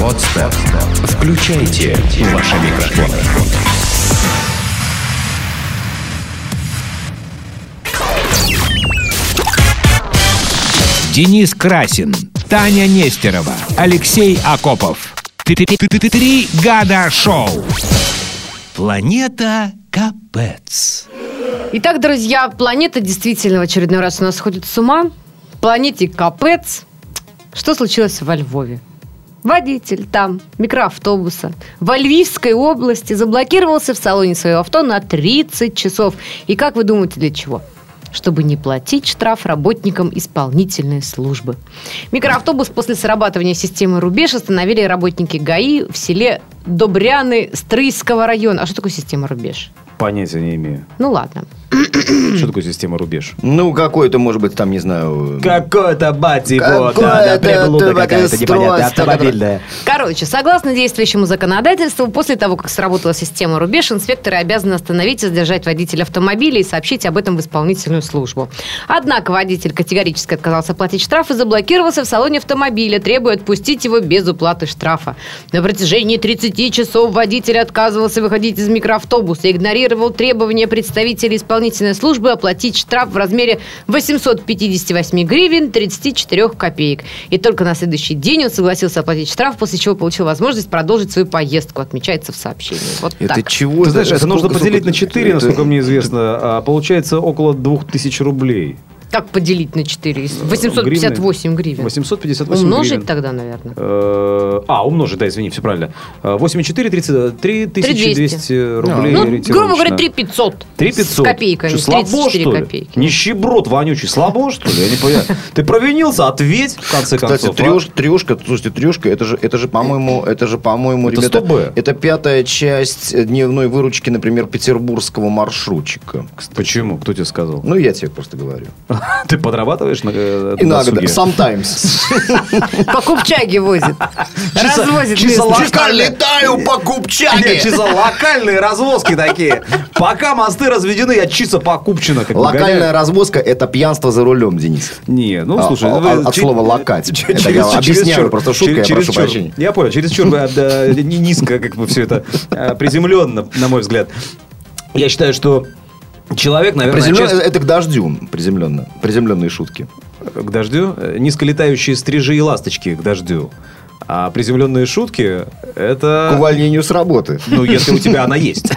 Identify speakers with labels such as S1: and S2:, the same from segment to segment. S1: Подстер. Включайте ваши микрофоны.
S2: Денис Красин, Таня Нестерова, Алексей Акопов. Три года шоу. Планета Капец.
S3: Итак, друзья, планета действительно в очередной раз у нас сходит с ума. Планете Капец. Что случилось во Львове? Водитель там, микроавтобуса, во Львивской области заблокировался в салоне своего авто на 30 часов. И как вы думаете, для чего? чтобы не платить штраф работникам исполнительной службы. Микроавтобус после срабатывания системы «Рубеж» остановили работники ГАИ в селе Добряны Стрыйского района. А что такое система «Рубеж»?
S4: Понятия не имею.
S3: Ну ладно.
S4: Что такое система рубеж?
S5: Ну, какой-то, может быть, там, не знаю...
S4: Какое-то бати, вот, да,
S5: Какое-то
S4: приблуда
S5: это
S4: какая-то непонятная,
S5: устройство,
S4: автомобильная.
S3: Короче, согласно действующему законодательству, после того, как сработала система рубеж, инспекторы обязаны остановить и задержать водителя автомобиля и сообщить об этом в исполнительную службу. Однако водитель категорически отказался платить штраф и заблокировался в салоне автомобиля, требуя отпустить его без уплаты штрафа. На протяжении 30 часов водитель отказывался выходить из микроавтобуса, игнорировал требования представителей исполнительной службы оплатить штраф в размере 858 гривен 34 копеек. И только на следующий день он согласился оплатить штраф, после чего получил возможность продолжить свою поездку, отмечается в сообщении. Вот
S5: Это
S3: так.
S5: чего?
S4: Ты знаешь, это
S5: Сколько-
S4: нужно поделить
S5: сколько-
S4: на 4,
S5: это-
S4: насколько мне известно. А, Получается около 2000 рублей.
S3: Как поделить на
S4: Э,
S3: 4? 858 гривен.
S4: 858
S3: Умножить
S4: гривен.
S3: тогда, наверное.
S4: Э, А, умножить, да, извини, все правильно. Э, 8,4, 30, 3200 рублей.
S3: Ну, грубо
S4: ориентировочно.
S3: говоря, 3 500.
S4: 3
S3: С
S4: 500.
S3: копейками.
S4: Что, слабо,
S3: 34
S4: что ли?
S3: копейки.
S4: Нищеброд вонючий, слабо, что ли? Я не понимаю. Ты провинился, ответь, в конце
S5: Кстати,
S4: концов. а?
S5: треш- трешка, слушайте, трешка, это же, это же, по-моему, это же, по-моему,
S4: Это
S5: ребята,
S4: 100Б.
S5: это пятая часть дневной выручки, например, петербургского маршрутчика.
S4: Почему? Кто тебе сказал?
S5: Ну, я тебе просто говорю.
S4: Ты подрабатываешь на, э, на
S5: Иногда,
S4: досуге?
S5: sometimes.
S3: По купчаге возит. Развозит.
S4: чисо-
S3: место.
S5: Чисто летаю по
S4: Нет,
S5: купчаге.
S4: чисто локальные развозки такие. Пока мосты разведены, я чисто покупчено. Как бы
S5: Локальная
S4: гоняю.
S5: развозка – это пьянство за рулем, Денис.
S4: Не, ну
S5: А,
S4: слушай.
S5: а,
S4: вы
S5: от
S4: че-
S5: слова локать.
S4: че-
S5: Это
S4: через-
S5: я
S4: через
S5: объясняю,
S4: чур.
S5: просто шутка,
S4: Чер-
S5: я
S4: через
S5: прошу
S4: чур.
S5: прощения.
S4: Я понял, через чур вы, да, не низко, как бы все это э, приземленно, на мой взгляд. Я считаю, что человек, наверное,
S5: Приземленно,
S4: часть-
S5: это к дождю, приземленно, приземленные шутки.
S4: к дождю, э, низколетающие стрижи и ласточки к дождю. А приземленные шутки
S5: К
S4: это...
S5: увольнению с работы.
S4: Ну, если у тебя она есть.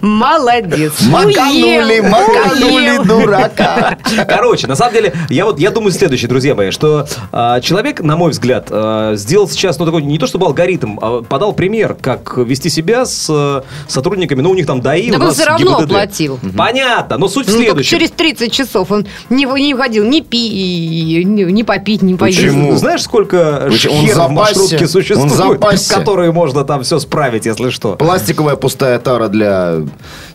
S3: Молодец.
S5: Маканули,
S3: Уел,
S5: маканули ну.
S3: уел.
S5: дурака.
S4: Короче, на самом деле, я вот я думаю следующее, друзья мои, что а, человек, на мой взгляд, а, сделал сейчас, ну, такой, не то чтобы алгоритм, а подал пример, как вести себя с а, сотрудниками, ну, у них там ДАИ,
S3: Да
S4: у
S3: он
S4: нас
S3: все равно
S4: ГИБДД.
S3: оплатил.
S4: Понятно, но суть в
S3: Ну, только
S4: следующем.
S3: через 30 часов он не, не уходил ни пи, ни, ни попить, ни поесть.
S5: Почему?
S4: Знаешь, сколько
S5: Вы че, он
S4: херов в
S5: запасся?
S4: маршрутке
S5: Он
S4: существует,
S5: запасся?
S4: которые можно там все справить, если что.
S5: Пластиковая пустая тара для,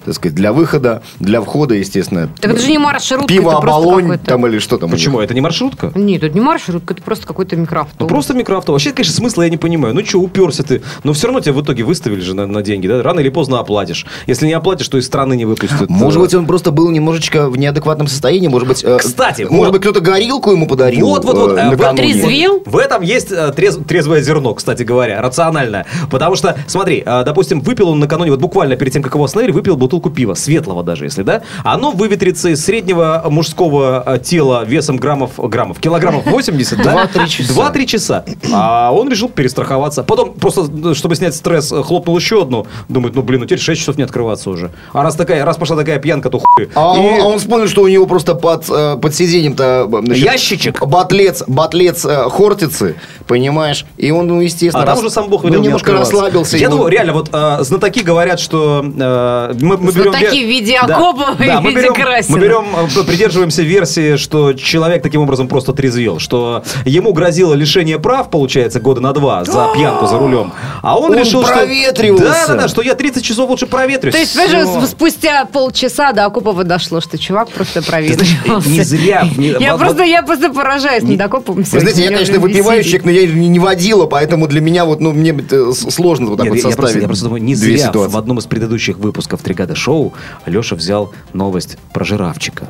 S5: так сказать, для выхода, для входа, естественно.
S3: Так это же не маршрутка,
S5: Пиво
S3: это просто
S5: оболонь
S3: какой-то-
S5: там или что там. у
S4: Почему?
S5: них.
S4: Это не маршрутка?
S3: Нет, это не маршрутка, это просто какой-то микроавтобус.
S4: Ну, просто микроавто. Вообще, конечно, смысла я не понимаю. Ну, что, уперся ты. Но все равно тебя в итоге выставили же на, на деньги, да? Рано или поздно оплатишь. Если не оплатишь, то из страны не выпустят.
S5: Может
S4: Э,
S5: быть, он просто был немножечко в неадекватном состоянии, может быть... э,
S4: Кстати,
S5: Может
S4: вот.
S5: быть, кто-то горилку ему подарил
S4: Вот, вот, вот.
S5: э,
S4: э, в этом-
S5: накануне.
S3: Трезвил?
S4: В этом есть э, трез- трезвое зерно, кстати говоря, рациональное. Потому что, смотри, э, допустим, выпил он накануне, вот буквально перед тем, как его остановили, выпил бутылку пива, светлого даже, если, да? Оно выветрится из среднего мужского э, тела весом граммов, граммов, килограммов 80, да? 2-3 часа. 2-3 часа. А он решил перестраховаться. Потом, просто, э, чтобы снять стресс, э, хлопнул еще одну. Думает, ну, блин, ну теперь 6 часов не открываться уже. А раз такая, раз пошла такая пьянка, то хуй.
S5: А он,
S4: И-
S5: а он вспомнил, что у него просто под, э, под сиденьем-то... э, значит,
S4: Ящичек.
S5: Батлец, батлец э, хортицы, понимаешь? И он, ну, естественно...
S4: А там
S5: рас-
S4: уже сам Бог
S5: ну,
S4: велел не
S5: немножко
S4: открываться.
S5: расслабился.
S4: Я
S5: ему.
S4: думаю, реально, вот э, знатоки говорят, что э, мы, мы берем...
S3: Знатоки
S4: ве-
S3: в виде Акопова и в
S4: мы
S3: виде
S4: берем-
S3: Красина.
S4: Мы берем, э, придерживаемся версии, что человек таким образом просто трезвел, что ему грозило лишение прав, получается, года на два за пьянку за рулем. А он,
S5: Он
S4: решил, что...
S5: проветривался.
S4: Да, да, да, что я 30 часов лучше проветрюсь.
S3: То есть,
S4: Всё.
S3: даже спустя полчаса до Акопова дошло, что чувак просто проветрился.
S4: не зря, не-
S3: я,
S4: вот-
S3: просто, я просто поражаюсь над Акоповым
S5: Вы знаете, я,
S3: сегодня,
S5: конечно,
S3: мне уже
S5: выпиваю
S3: веселит.
S5: человек, но я не не водила, поэтому для меня вот, ну, мне э, с- сложно вот так
S4: Нет,
S5: вот
S4: я- я, просто,
S5: составить
S4: я просто думаю, не
S5: две
S4: зря
S5: ситуации.
S4: в одном из предыдущих выпусков «Тригада шоу» Леша взял новость про жирафчика.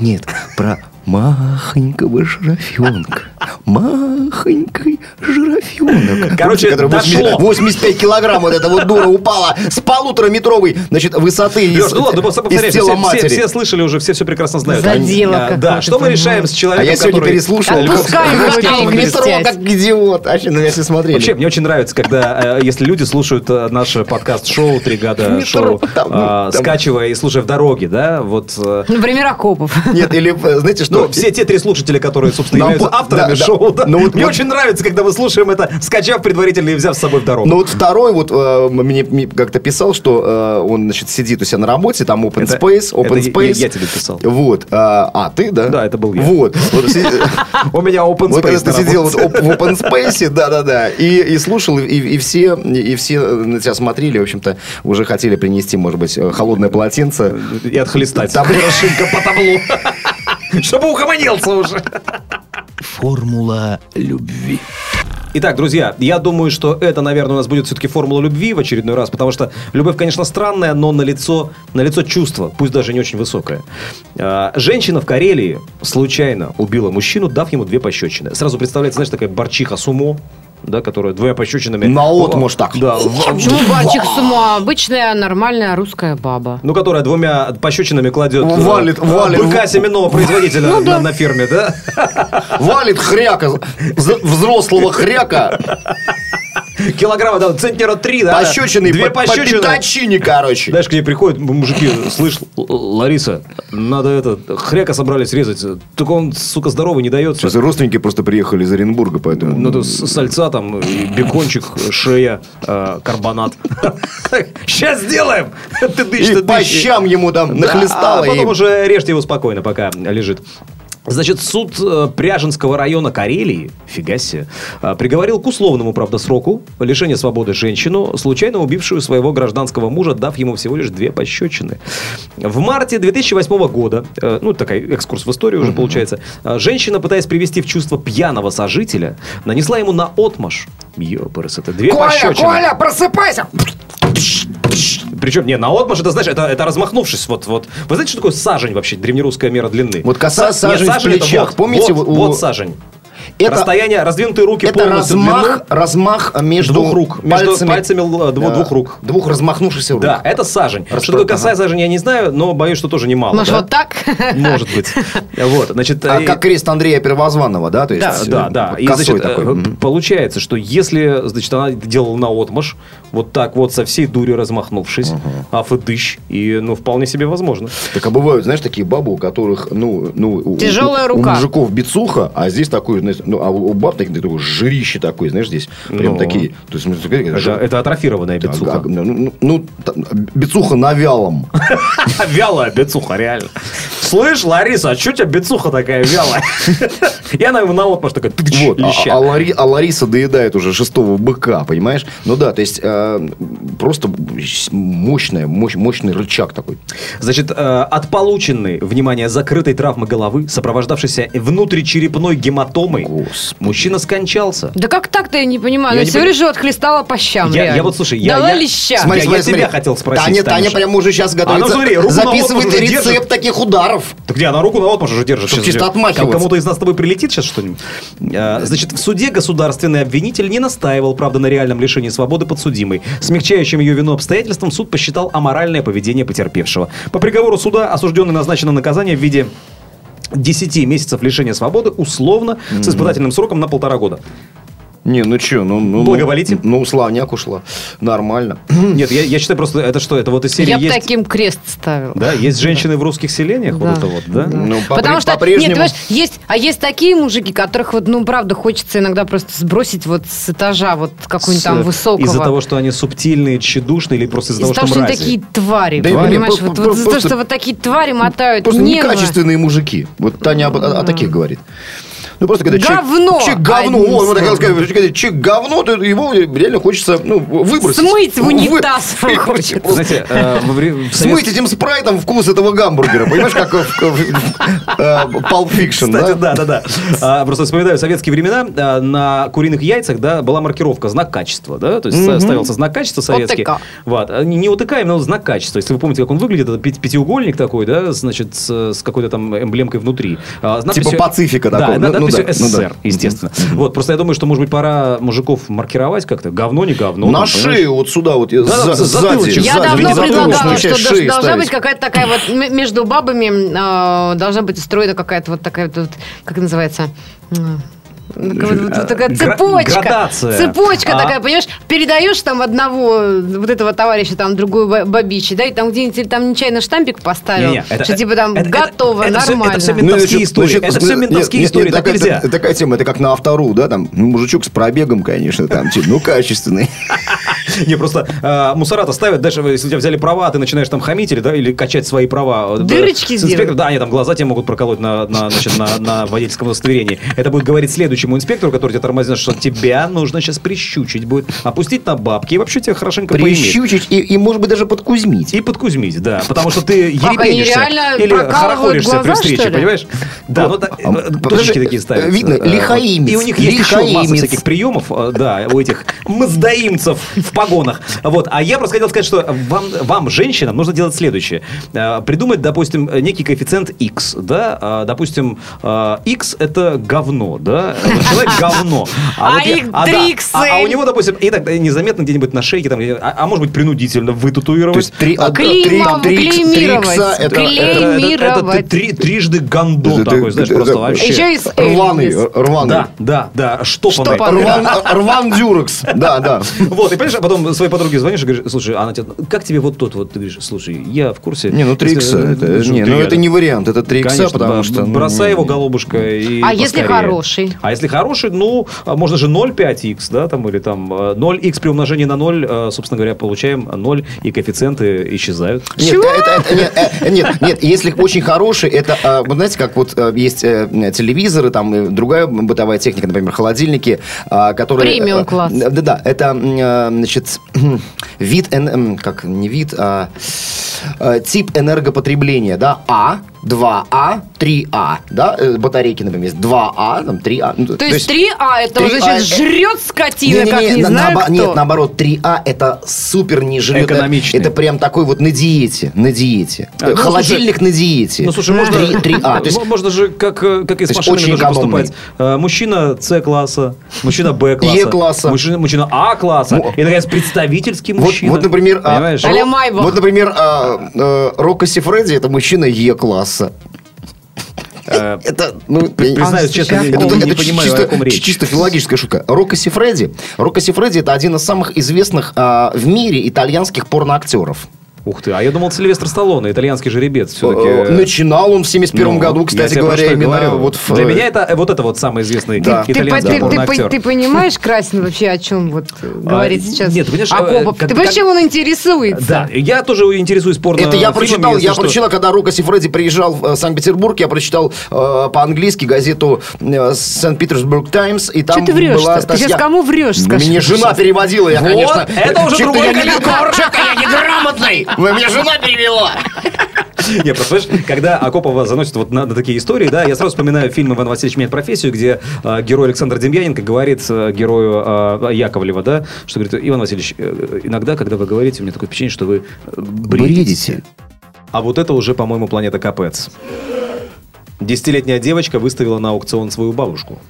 S5: Нет, про махонького жирафенка. махонький жирафенок.
S4: Короче,
S5: Который
S4: дошло.
S5: 85 килограмм вот эта вот дура упала с полутораметровой, значит, высоты из,
S4: Лёш, ну ладно, просто
S5: из
S4: повторяй,
S5: тела
S4: все, все-
S5: матери.
S4: все слышали уже, все все прекрасно знают.
S3: Задело
S4: А,
S3: какое-то,
S4: Да, что мы
S3: понимаю.
S4: решаем с
S5: А
S4: человеком,
S5: я сегодня
S4: который-
S5: переслушал.
S3: Отпускаем
S5: как-
S3: людей
S5: как в метро,
S3: крестясь.
S5: как идиот. Вообще, ну, если смотрели.
S4: Вообще, мне очень нравится, когда э, если люди слушают э, наш подкаст-шоу «Три года
S5: метро,
S4: шоу»,
S5: там, ну,
S4: а,
S5: там.
S4: скачивая и слушая в дороге, да, вот... э,
S3: Например, Акопов.
S5: Нет, или, э, знаете что?
S4: Ну, все те три слушателя, которые, собственно,
S5: Нам
S4: являются
S5: по-
S4: авторами
S5: да, да.
S4: шоу, да.
S5: Ну, вот-
S4: Мне
S5: вот-
S4: очень нравится, когда мы слушаем это, скачав предварительно и взяв с собой в дорогу.
S5: Ну вот второй вот э, мне, мне как-то писал, что э, он значит сидит у себя на работе, там open
S4: Это-
S5: space, open
S4: это я-
S5: space.
S4: я тебе писал.
S5: Вот. э, а ты, да?
S4: Да, это был я.
S5: Вот. Вот, си-
S4: У меня open
S5: вот
S4: space
S5: когда ты
S4: на
S5: сидел вот
S4: работе.
S5: оп- в open space, да, да, да, и, и слушал и, и все и все на тебя смотрели, в общем-то уже хотели принести, может быть, э, холодное полотенце.
S4: И отхлестать.
S5: Там-
S4: Хорошенько по таблу. Чтобы угомонился уже.
S2: Формула любви.
S4: Итак, друзья, я думаю, что это, наверное, у нас будет все-таки формула любви в очередной раз, потому что любовь, конечно, странная, но на лицо, на лицо чувство, пусть даже не очень высокое. А, Женщина в Карелии случайно убила мужчину, дав ему две пощечины. Сразу представляется, знаешь, такая борчиха сумо, да, которая двумя пощечинами...
S5: Наотмашь так.
S4: Да, в-
S3: Почему бачик Ну, с ума? Обычная нормальная русская баба.
S4: ну, которая двумя пощечинами кладет... э,
S5: Валит, валит. Ну
S4: Быка семенного производителя на, на ферме, да?
S5: Валит хряка, з- взрослого хряка,
S4: Килограмма, да, центнера три, да?
S5: пощечины, по,
S4: Две
S5: по
S4: пощечины.
S5: пятачине, короче.
S4: Знаешь, к ней приходят мужики, слышь, Л- Лариса, надо это, хряка собрались резать. Только он, сука, здоровый не дается.
S5: Сейчас родственники просто приехали из Оренбурга, поэтому...
S4: Ну, это с- сальца там, и бекончик, шея, э, карбонат. Сейчас сделаем! Ты дышь,
S5: и
S4: ты
S5: по
S4: дышь.
S5: щам ему там
S4: Да,
S5: нахлестало.
S4: а
S5: и-
S4: потом уже режьте его спокойно, пока лежит. Значит, суд э, Пряжинского района Карелии, фига себе, э, приговорил к условному, правда, сроку лишения свободы женщину, случайно убившую своего гражданского мужа, дав ему всего лишь две пощечины. В марте 2008 года, э, ну, такой экскурс в историю уже получается, э, женщина, пытаясь привести в чувство пьяного сожителя, нанесла ему на отмаш, это две пощечины.
S5: просыпайся!
S4: Причем, не, на отмаш, это, знаешь, это, это размахнувшись вот, вот. Вы знаете, что такое сажень вообще, древнерусская мера длины?
S5: Вот коса,
S4: Нет,
S5: сажень в
S4: сажень это
S5: плечах,
S4: вот,
S5: помните,
S4: Вот,
S5: у-
S4: вот сажень.
S5: Это-
S4: Расстояние, раздвинутые руки
S5: Это
S4: полностью
S5: размах,
S4: длиной.
S5: размах между
S4: Двух рук. Между
S5: пальцами,
S4: пальцами л- дву-
S5: Да,
S4: двух рук.
S5: Двух размахнувшихся рук.
S4: Да, это сажень. Что
S5: Распро-
S4: такое косая
S5: ага.
S4: сажень, я не знаю, но боюсь, что тоже немало.
S3: Может,
S4: да?
S3: вот так?
S4: Может быть. Вот, значит...
S5: А
S4: э,
S5: как крест Андрея Первозванного, да? То есть,
S4: Да,
S5: э,
S4: да, да. И,
S5: Косой
S4: значит,
S5: такой.
S4: э,
S5: Мгм.
S4: Получается, что если, значит, она это делала на отмаш, вот так вот со всей дури размахнувшись, а фыдыщ, и, ну, вполне себе возможно.
S5: Так а бывают, знаешь, такие бабы, у которых, ну, ну у-
S3: Тяжелая
S5: у,
S3: рука.
S5: у мужиков бицуха, а здесь такой, знаешь, ну, а у, у баб такие, такое жирище такое, знаешь, здесь прям
S4: Ну. А
S5: такие. То есть, ну, такие,
S4: Это,
S5: жир-
S4: это атрофированная
S5: а, а,
S4: бицуха.
S5: ну, ну, ну, там, бицуха на вялом.
S4: Вялая бицуха, реально. Слышь, Лариса, а что у тебя бицуха такая вялая? Я, наверное, на отмаш такая тыч,
S5: Вот, а, а
S4: леща.
S5: Лари- а Лариса доедает уже шестого быка, понимаешь? Ну да, то есть э, просто мощная, мощ- мощный рычаг такой.
S4: Значит, э, от полученной, внимание, закрытой травмы головы, сопровождавшейся внутричерепной гематомой,
S5: Господи.
S4: мужчина скончался.
S3: Да как так-то, я не понимаю.
S4: Я
S3: Ну,
S4: не
S3: всего
S4: пони-
S3: лишь же отхлестала по щам.
S4: Я- я
S3: реально.
S4: вот, слушай, я-
S3: Дала
S4: я-
S3: леща.
S4: Смотри, А, я тебя хотел спросить,
S5: Таня, Таня
S4: Танюша.
S5: прям уже сейчас готовится.
S4: ну смотри, руку на
S5: записывает
S4: лоб уже
S5: рецепт
S4: держит.
S5: таких ударов.
S4: Так где она руку на отмаш уже держит?
S5: Чтоб
S4: Сейчас
S5: чисто
S4: идет.
S5: отмахиваться.
S4: Кому-то из нас с тобой прилетит сейчас что-нибудь? Э, Значит, в суде государственный обвинитель не настаивал, правда, на реальном лишении свободы подсудимой. Смягчающим ее вину обстоятельством суд посчитал аморальное поведение потерпевшего. По приговору суда осужденный назначено наказание в виде 10 месяцев лишения свободы условно с испытательным сроком на полтора года.
S5: Не, ну что, ну, ну... ну,
S4: Благоволите.
S5: Ну, славняк ушла. Нормально.
S4: Нет, я, я считаю просто, это что, это вот из серии
S3: Я бы
S4: есть...
S3: таким крест ставила.
S4: Да, есть женщины в русских селениях,
S3: Да.
S4: вот это вот, да?
S5: Ну, попри-
S3: Потому что, нет,
S5: по-прежнему-
S3: ты понимаешь, есть, а есть такие мужики, которых вот, ну, правда, хочется иногда просто сбросить вот с этажа вот какой-нибудь
S4: С- э,
S3: там высокого.
S4: Из-за того, что они субтильные, тщедушные, или просто из-за
S3: Из-за
S4: того, что
S3: они
S4: мрази?
S3: такие твари,
S5: Да и
S3: понимаешь,
S5: блин,
S3: вот,
S5: по-
S3: вот
S5: по-
S3: за то,
S5: просто-
S3: что вот такие твари мотают
S5: Просто
S3: нервы.
S5: некачественные мужики. Вот Таня об- о, о таких говорит. Ну, просто когда человек-
S3: Говно!
S5: Человек, говно.
S3: Одним
S5: Вот, вот такая
S3: словом.
S5: сказать, когда человек говно, то его реально хочется ну, выбросить.
S3: Смыть в
S5: Вы-
S3: унитаз
S5: Вы-
S3: хочется.
S4: Знаете, э, во вре- в
S5: Смыть
S4: совет-
S5: этим спрайтом вкус этого гамбургера. Понимаешь, как в Палпфикшн,
S4: Кстати,
S5: э, да?
S4: да, да, да. А, Просто вспоминаю в советские времена а, на куриных яйцах, да, была маркировка знак качества, да, то есть ста- ставился знак качества советский.
S3: ОТК.
S4: Вот. А, Не не ОТК, именно знак качества. Если вы помните, как он выглядит, это пяти- пятиугольник такой, да, значит, с с какой-то там эмблемкой внутри. А, с надписью-
S5: Пацифика такого,
S4: Да,
S5: ну, ну, да,
S4: надписью
S5: ну да.
S4: СССР, естественно. Вот, просто я думаю, что, может быть, пора мужиков маркировать как-то. Говно, не говно.
S5: Ну, На
S4: ну, там, понимаешь?
S5: шею вот сюда вот,
S4: да,
S5: за-
S4: за-
S5: сзади.
S4: затылочек.
S3: Я
S5: сзади,
S3: давно
S5: видите, затылочную
S3: предлагала, что
S5: часть
S3: должна-
S5: шеи
S3: должна
S5: ставить.
S3: быть какая-то такая вот м- между бабами э, должна быть устроена какая-то вот такая вот, как называется. м, как вот- вот такая
S4: Гра-
S3: цепочка.
S4: градация.
S3: Цепочка
S4: А.
S3: такая, понимаешь, передаешь там одного э, вот этого товарища, там другую ба- бабичи, да, и там где-нибудь или там нечаянно штампик поставил,
S4: Не-не, это-
S3: что типа там
S4: это- это-
S3: готово,
S4: это всё- это
S3: нормально.
S4: всё
S5: Ну,
S4: ментовские
S5: значит,
S4: истории.
S5: значит,
S4: Это все
S5: ну,
S4: ментовские
S5: нет,
S4: истории,
S5: нет,
S4: так
S5: такая-
S4: нельзя.
S5: та- Такая тема, это как на автору, да, там, ну, мужичок с пробегом, конечно, там, типа, ну, качественный.
S4: Не, просто э, мусора-то ставят, даже если у тебя взяли права, ты начинаешь там хамить или, да, или качать свои права. э,
S3: Дырочки
S4: с инспектором.
S3: сделать.
S4: Да, они там глаза тебе могут проколоть на, на, значит, на, на водительском удостоверении. Это будет говорить следующему инспектору, который тебя тормозит, что тебя нужно сейчас прищучить будет, опустить на бабки и вообще тебя хорошенько поиметь.
S5: Прищучить и, и, может быть, даже подкузмить.
S4: И подкузмить, да. Потому что ты
S3: Как, они
S4: ерепенишься
S3: реально
S4: или
S3: прокалывают
S4: хорохоришься при
S3: глаза, что
S4: встрече,
S3: ли?
S4: понимаешь? Да, ну так,
S5: А,
S4: э,
S5: подожди,
S4: точечки такие ставят. э,
S5: видно, лихаимец,
S4: И у них есть еще масса
S5: лихаимец.
S4: всяких приемов, э, да, у этих маздаимцев в погонах. Вот, а я просто хотел сказать, что вам, вам, женщинам, нужно делать следующее. Э, Придумать, допустим, некий коэффициент X, да, Э, допустим, э, X это говно, да, Вот человек говно.
S3: А
S4: вот я-
S3: их
S4: а, да.
S3: три
S4: А а у
S3: Excel.
S4: него, допустим, и так незаметно где-нибудь на шейке, там, а а может быть, принудительно вытатуировать.
S5: То есть три,
S3: А,
S5: од- три, три,
S3: клеймов-
S5: икс- три
S3: клеймировать.
S5: икса это- Ну,
S3: Клей-
S5: это-
S4: это- это- Это ты
S3: Клеймировать.
S4: три- трижды гондон
S5: Это-
S4: такой, знаешь,
S5: это-
S4: просто
S5: это-
S4: вообще.
S3: Еще и с
S5: рваный,
S3: Эльвис.
S5: р- рваный.
S4: Да, да, да, штопанный.
S3: Штопанный.
S5: Рван, рван дюрекс, да, да.
S4: Вот, и понимаешь, а потом своей подруге звонишь и говоришь, слушай, она тебе, как тебе вот тот вот? Ты говоришь, слушай, я в курсе.
S5: Не, ну 3 икса,
S4: Если-
S5: это,
S4: что
S5: не,
S4: ты
S5: ну это
S4: реально.
S5: не вариант, это 3 икса,
S4: Конечно,
S5: потому
S4: да,
S5: что... ну,
S4: бросай
S5: не-
S4: его, голубушка, и
S3: А если
S4: поскорее.
S3: хороший?
S4: А если хороший, ну, а можно же 0,5х, да, там, или там э, 0х при умножении на 0, э, собственно говоря, получаем 0, и коэффициенты исчезают.
S5: Нет, это- это- нет, э, нет, нет, если очень хороший, это, э, вот знаете, как вот э, есть э, телевизоры, там и другая бытовая техника, например, холодильники, э, которые...
S3: Премиум класс.
S5: Да-да, это, м, э, значит, вид, эн- м, как, не вид, а э, тип энергопотребления, да, А, 2А, 3А, да, э, батарейки, например, есть 2А, там 3А. ну,
S3: То есть 3А это
S5: три
S3: уже
S5: А
S3: сейчас
S5: это-
S3: жрет скотина, как
S5: Не-не-не,
S3: не
S5: на-
S3: знаю
S5: наобо- Нет,
S3: кто.
S5: наоборот, 3А это супер не жрет.
S4: Экономичный.
S5: Это прям такой вот на диете, на диете.
S4: А, ну,
S5: Холодильник на диете.
S4: Ну, слушай, можно,
S5: 3, Э, а То есть,
S4: мо- можно же, как, э, как и с
S5: То есть
S4: машинами
S5: очень
S4: тоже
S5: экономный.
S4: поступать. Э, Мужчина С-класса, мужчина Б-класса,
S5: Е-класса.
S4: мужчина, мужчина А-класса,
S5: Ну,
S4: и, наконец, представительский
S5: вот,
S4: мужчина.
S5: вот, например, а,
S4: Понимаешь?
S5: Ро-
S3: Аля Майбах.
S5: вот, например, а, э, Рокко Сифредди это мужчина Е-класса.
S4: Э,
S5: Это, ну, я-
S4: Признаюсь
S3: А,
S4: честно,
S3: слушай,
S4: не-
S3: а
S5: Это,
S4: не,
S5: это
S4: не понимаю,
S5: чисто,
S4: о ком речь.
S5: чисто филологическая шутка. Рокко Сифредди. Рокко Сифредди это один из самых известных а, в мире итальянских порноактеров.
S4: Ух ты, а я думал, Сильвестр Сталлоне, итальянский жеребец
S5: Э,
S4: все-таки.
S5: Начинал он в
S4: Ну,
S5: 71 году, кстати говоря, именно вот в...
S4: Для меня это э, вот это вот самый известный
S5: Да.
S3: Ты, по-
S4: итальянский
S3: ты- ты-
S4: порноактер.
S3: ты понимаешь, Красин, вообще о чем вот э, говорит сейчас
S4: нет, понимаешь,
S3: Акопов?
S4: э, как-
S3: ты понимаешь,
S4: как-
S3: чем он интересуется?
S4: Да, я тоже интересуюсь порно.
S5: Это я
S4: фильмами,
S5: прочитал,
S4: если
S5: я
S4: что.
S5: прочитал, когда Рокко Сифреди приезжал в э, Санкт-Петербург, я прочитал э, по-английски газету э, Санкт-Петербург Таймс, и там
S3: Что ты врешь-то?
S5: была
S3: Ты
S5: статья-
S3: сейчас кому врешь,
S5: Ну,
S3: скажи?
S5: Мне жена переводила, я,
S4: Вот,
S5: конечно...
S4: это уже
S5: чё-то
S4: другой
S5: я не-
S4: калибр.
S5: чё-то я неграмотный! Вы Меня жена перевела!
S4: Не, просто, понимаешь, когда Акопова заносит вот на, на такие истории, да, я сразу вспоминаю фильм «Иван Васильевич меняет профессию», где э, герой Александр Демьяненко говорит э, герою э, Яковлева, да, что говорит, Иван Васильевич, э, иногда, когда вы говорите, у меня такое впечатление, что вы э, бредите. А вот это уже, по-моему, планета Капец. Десятилетняя девочка выставила на аукцион свою бабушку.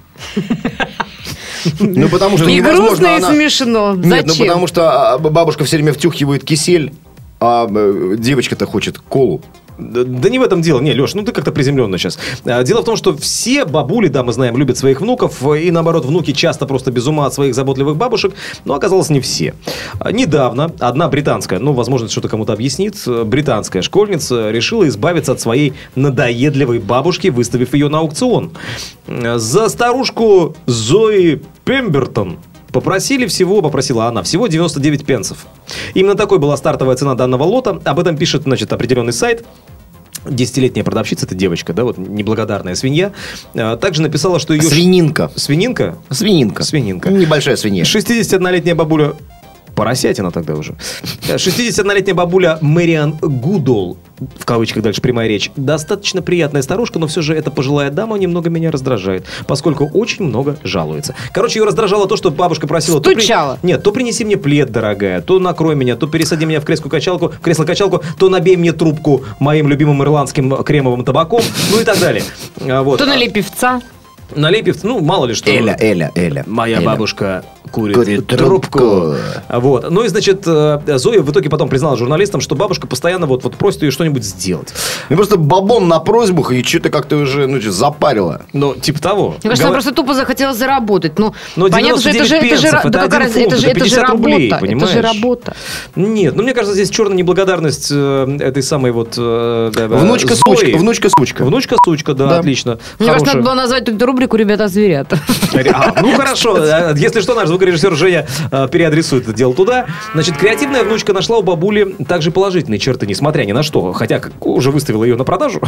S5: Ну, потому что
S3: И
S5: невозможно,
S3: грустно, и
S5: она-
S3: смешно.
S5: Нет, ну
S3: Зачем?
S5: потому что а, бабушка все время втюхивает кисель, а э, девочка-то хочет колу.
S4: Да, да не в этом дело. Не, Леш, ну ты как-то приземленно сейчас. А, Дело в том, что все бабули, да, мы знаем, любят своих внуков, э, и наоборот, внуки часто просто без ума от своих заботливых бабушек, но оказалось не все. А, Недавно одна британская, ну, возможно, это что-то кому-то объяснит, э, британская школьница решила избавиться от своей надоедливой бабушки, выставив ее на аукцион. Э, За старушку Зои Пембертон Попросили всего, попросила она, всего 99 пенсов. Именно такой была стартовая цена данного лота. Об этом пишет, значит, определенный сайт. Десятилетняя продавщица, это девочка, да, вот неблагодарная свинья, э, также написала, что ее... ш-
S5: Свининка.
S4: Свининка?
S5: Свининка.
S4: Свининка.
S5: Небольшая свинья.
S4: 61-летняя бабуля... Поросятина тогда уже. 61-летняя бабуля Мэриан Гудол, в кавычках дальше прямая речь, достаточно приятная старушка, но все же эта пожилая дама немного меня раздражает, поскольку очень много жалуется. Короче, ее раздражало то, что бабушка просила... то при-
S3: Стучала.
S4: Нет, то принеси мне плед, дорогая, то накрой меня, то пересади меня в кресло-качалку, в кресло-качалку, то набей мне трубку моим любимым ирландским кремовым табаком, ну и так далее. А, Вот.
S3: То на певца.
S4: Налей пивца, ну, мало ли что.
S5: Эля, Эля, Эля.
S4: Моя
S5: Эля.
S4: бабушка курит,
S5: Курит
S4: трубку.
S5: трубку.
S4: Вот. Ну и, значит, э, Зоя в итоге потом признала журналистам, что бабушка постоянно вот, вот просит ее что-нибудь сделать.
S5: Ну просто бабон на просьбах, и что-то как-то уже ну, чё, запарило.
S4: Ну, типа того.
S3: Мне кажется, она
S4: Говор-
S3: просто тупо захотела заработать. Ну,
S4: Ну,
S3: понятно, что это же,
S4: 99
S3: это же, ра-
S4: пенсов,
S3: да
S4: это
S3: какая
S4: один
S3: разница, это
S4: фунт,
S3: же,
S4: это
S3: это же
S4: 50
S3: работа.
S4: рублей,
S3: это
S4: понимаешь?
S3: же работа.
S4: Нет, ну мне кажется, здесь черная неблагодарность э, этой самой вот... э, да, да, Зои.
S5: Внучка-сучка. Внучка-сучка.
S4: Внучка сучка, да,
S5: Да.
S4: отлично.
S3: Мне кажется,
S4: Хорошая.
S3: надо было назвать эту рубрику «Ребята зверят».
S4: А, ну хорошо, э, если что, наш звукорежиссер Женя э, переадресует это дело туда. Значит, креативная внучка нашла у бабули также положительные черты, несмотря ни на что, хотя как уже выставила ее на продажу.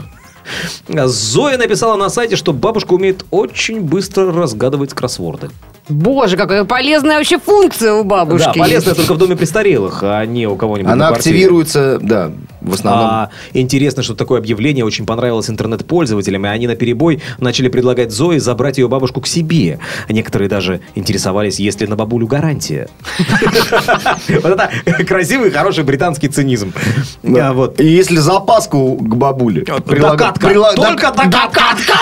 S4: Зоя написала на сайте, что бабушка умеет очень быстро разгадывать кроссворды.
S3: Боже, какая полезная вообще функция у бабушки.
S4: Да, полезно
S3: есть.
S4: только в доме престарелых, а не у кого-нибудь
S5: Она
S4: на квартире.
S5: активируется, да, в основном.
S4: А, интересно, что такое объявление очень понравилось интернет-пользователям, и они на перебой начали предлагать Зои забрать ее бабушку к себе. Некоторые даже интересовались, есть ли на бабулю гарантия. Вот это красивый, хороший британский цинизм.
S5: Да.
S4: А, Вот.
S5: И если запаску к бабуле. прилага-
S4: Докатка.
S5: прила-
S4: Только
S5: док-
S4: докатка.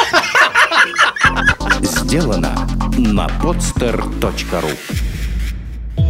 S1: Сделано на podster.ru